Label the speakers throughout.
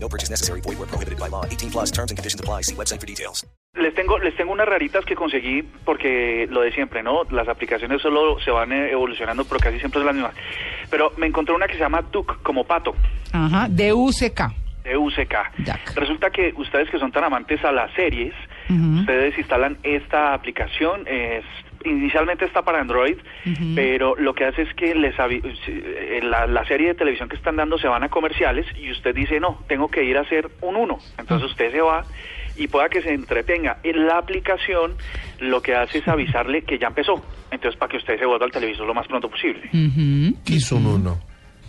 Speaker 1: No purchase necessary. Void where prohibited by law. 18 plus terms and conditions apply. See website for details.
Speaker 2: Les tengo, les tengo unas raritas que conseguí porque lo de siempre, ¿no? Las aplicaciones solo se van eh, evolucionando, pero casi siempre son las mismas. Pero me encontré una que se llama Duck, como pato,
Speaker 3: Ajá, de UCK.
Speaker 2: E D-U-C-K.
Speaker 3: Duck.
Speaker 2: Resulta que ustedes que son tan amantes a las series, ustedes instalan esta aplicación. Es, inicialmente está para Android, pero lo que hace es que les avi- eh, la, la serie de televisión que están dando se van a comerciales y usted dice, no, tengo que ir a hacer un uno. Entonces usted se va y pueda que se entretenga. En la aplicación lo que hace es avisarle que ya empezó. Entonces, para que usted se vuelva al televisor lo más pronto posible.
Speaker 4: Quiso un uno.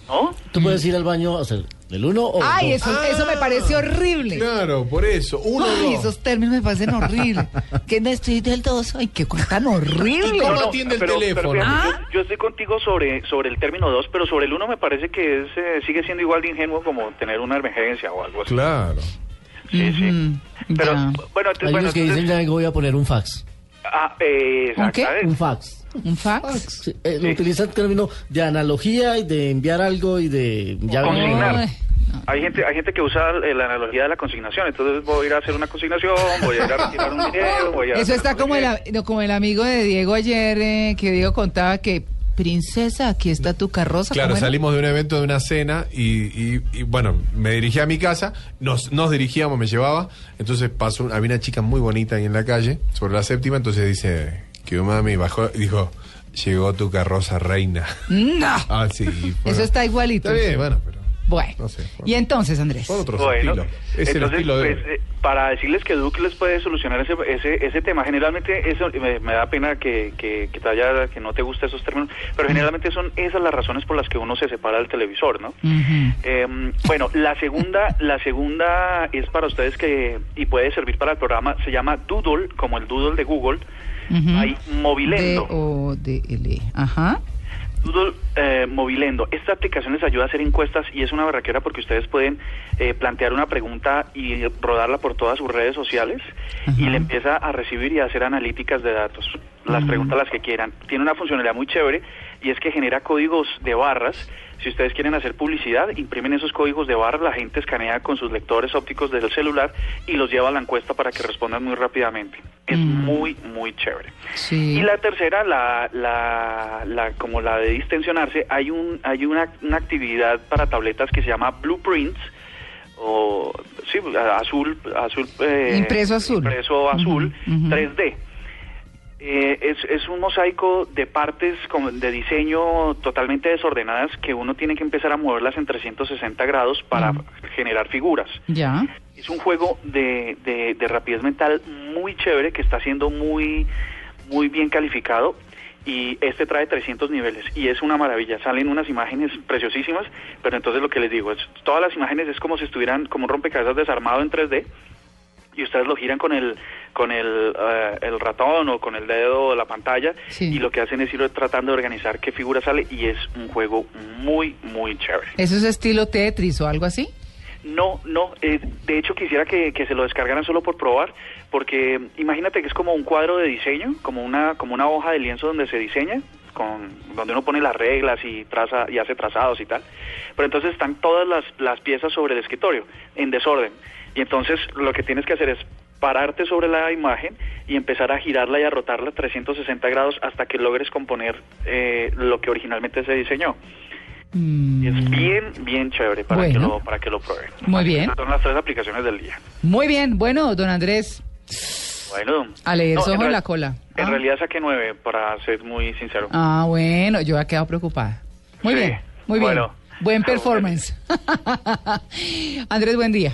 Speaker 2: ¿No?
Speaker 5: Tú puedes ir al baño a hacer el uno
Speaker 4: Oh,
Speaker 5: o el
Speaker 3: Ay,
Speaker 5: dos.
Speaker 3: eso, eso me parece
Speaker 4: Ah,
Speaker 3: horrible.
Speaker 4: Claro, por eso. Uno
Speaker 3: Ay,
Speaker 4: no.
Speaker 3: esos términos me parecen horribles. que no estoy del todo. Ay, qué cosa tan horrible.
Speaker 4: ¿Cómo atiende el teléfono?
Speaker 2: fíjate,
Speaker 3: ¿Ah?
Speaker 2: yo, yo estoy contigo sobre, sobre el término 2, pero sobre el 1 me parece que es, eh, sigue siendo igual de ingenuo como tener una emergencia o algo así.
Speaker 4: Claro.
Speaker 2: Sí, sí. Pero,
Speaker 3: Ya.
Speaker 2: bueno, entonces,
Speaker 5: Hay
Speaker 2: bueno,
Speaker 5: unos que dicen,
Speaker 2: entonces-
Speaker 5: ya vengo, voy a poner un fax.
Speaker 2: ah, eh,
Speaker 3: ¿Un qué?
Speaker 2: exactamente.
Speaker 5: Un fax.
Speaker 3: ¿Un fax?
Speaker 5: Sí, eh, lo Utiliza el término de analogía y de enviar algo y de... Ya vengo.
Speaker 2: Consignar.
Speaker 3: Ay,
Speaker 2: Hay gente, hay gente que usa eh, la analogía de la consignación, entonces voy a ir a hacer una consignación, voy a ir a retirar un dinero, voy a...
Speaker 3: Eso está como el,
Speaker 2: la
Speaker 3: a- no, como el amigo de Diego ayer, eh, que Diego contaba que, princesa, aquí está tu carroza.
Speaker 4: Claro,
Speaker 3: ¿cómo era?
Speaker 4: salimos de un evento, de una cena, y, y- y, bueno, me dirigí a mi casa, nos, nos dirigíamos, me llevaba, entonces pasó, un- había una chica muy bonita ahí en la calle, sobre la séptima, entonces dice, que mami, bajó, y dijo, llegó tu carroza reina.
Speaker 3: No.
Speaker 4: Ah, sí. y fue-
Speaker 3: Eso está igualito.
Speaker 4: Está bien, bueno, pero
Speaker 3: Bueno.
Speaker 4: No sé, bueno.
Speaker 3: Y entonces, Andrés.
Speaker 4: son otros
Speaker 2: Bueno,
Speaker 4: estilos. Es el
Speaker 2: entonces,
Speaker 4: estilo de...
Speaker 2: pues, eh, para decirles que Duke les puede solucionar ese, ese, ese tema, generalmente eso me, me da pena que, que, que, te haya- que no te gusten esos términos, pero generalmente son esas las razones por las que uno se separa del televisor, ¿no?
Speaker 3: Ujú.
Speaker 2: Em, bueno, la segunda, la segunda es para ustedes que, y puede servir para el programa, se llama Doodle, como el Doodle de Google,
Speaker 3: Ujú.
Speaker 2: hay Movilendo.
Speaker 3: D-O-D-L. Ajá.
Speaker 2: Doodle eh, Movilendo. Esta aplicación les ayuda a hacer encuestas y es una barraquera porque ustedes pueden eh, plantear una pregunta y rodarla por todas sus redes sociales y le empieza a recibir y a hacer analíticas de datos. Las preguntas las que quieran. Tiene una funcionalidad muy chévere y es que genera códigos de barras. Si ustedes quieren hacer publicidad, imprimen esos códigos de barras, la gente escanea con sus lectores ópticos del celular y los lleva a la encuesta para que respondan muy rápidamente. Es muy, muy chévere.
Speaker 3: Sí.
Speaker 2: Y la tercera, la, la, la- como la de distensionarse, hay un hay una, una actividad para tabletas que se llama Blueprints o sí, a- azul azul eh,
Speaker 3: Impreso azul.
Speaker 2: impreso azul
Speaker 3: Ujú, ujú.
Speaker 2: 3D. Eh, es, es un mosaico de partes como de diseño totalmente desordenadas que uno tiene que empezar a moverlas en 360 grados para
Speaker 3: Mm.
Speaker 2: generar figuras.
Speaker 3: Ya.
Speaker 2: Es un juego de, de- de rapidez mental muy chévere que está siendo muy, muy bien calificado y este trae 300 niveles y es una maravilla. Salen unas imágenes preciosísimas, pero entonces lo que les digo es, todas las imágenes es como si estuvieran como un rompecabezas desarmado en 3D y ustedes lo giran con el con el, eh, el ratón o con el dedo o la pantalla
Speaker 3: Sí.
Speaker 2: y lo que hacen es ir tratando de organizar qué figura sale y es un juego muy, muy chévere.
Speaker 3: ¿Eso es estilo Tetris o algo así?
Speaker 2: No, no. eh, de hecho, quisiera que, que se lo descargaran solo por probar, porque imagínate que es como un cuadro de diseño, como una como una hoja de lienzo donde se diseña, con donde uno pone las reglas y traza y hace trazados y tal. Pero entonces están todas las, las piezas sobre el escritorio en desorden. Y entonces lo que tienes que hacer es pararte sobre la imagen y empezar a girarla y a rotarla 360 grados hasta que logres componer eh, lo que originalmente se diseñó. Y es bien, bien chévere para, que,
Speaker 3: Bueno.
Speaker 2: lo, para que lo prueben.
Speaker 3: Muy bien.
Speaker 2: Esas son las tres aplicaciones del día.
Speaker 3: Muy bien. Bueno, don Andrés,
Speaker 2: Bueno.
Speaker 3: a leer
Speaker 2: no,
Speaker 3: sojo
Speaker 2: en
Speaker 3: en
Speaker 2: real-
Speaker 3: la cola.
Speaker 2: En
Speaker 3: Ah.
Speaker 2: realidad saqué nueve, para ser muy sincero.
Speaker 3: Ah, bueno, yo he quedado preocupada. Muy
Speaker 2: Sí,
Speaker 3: bien, muy bien.
Speaker 2: bueno.
Speaker 3: Buen performance. Andrés, buen día.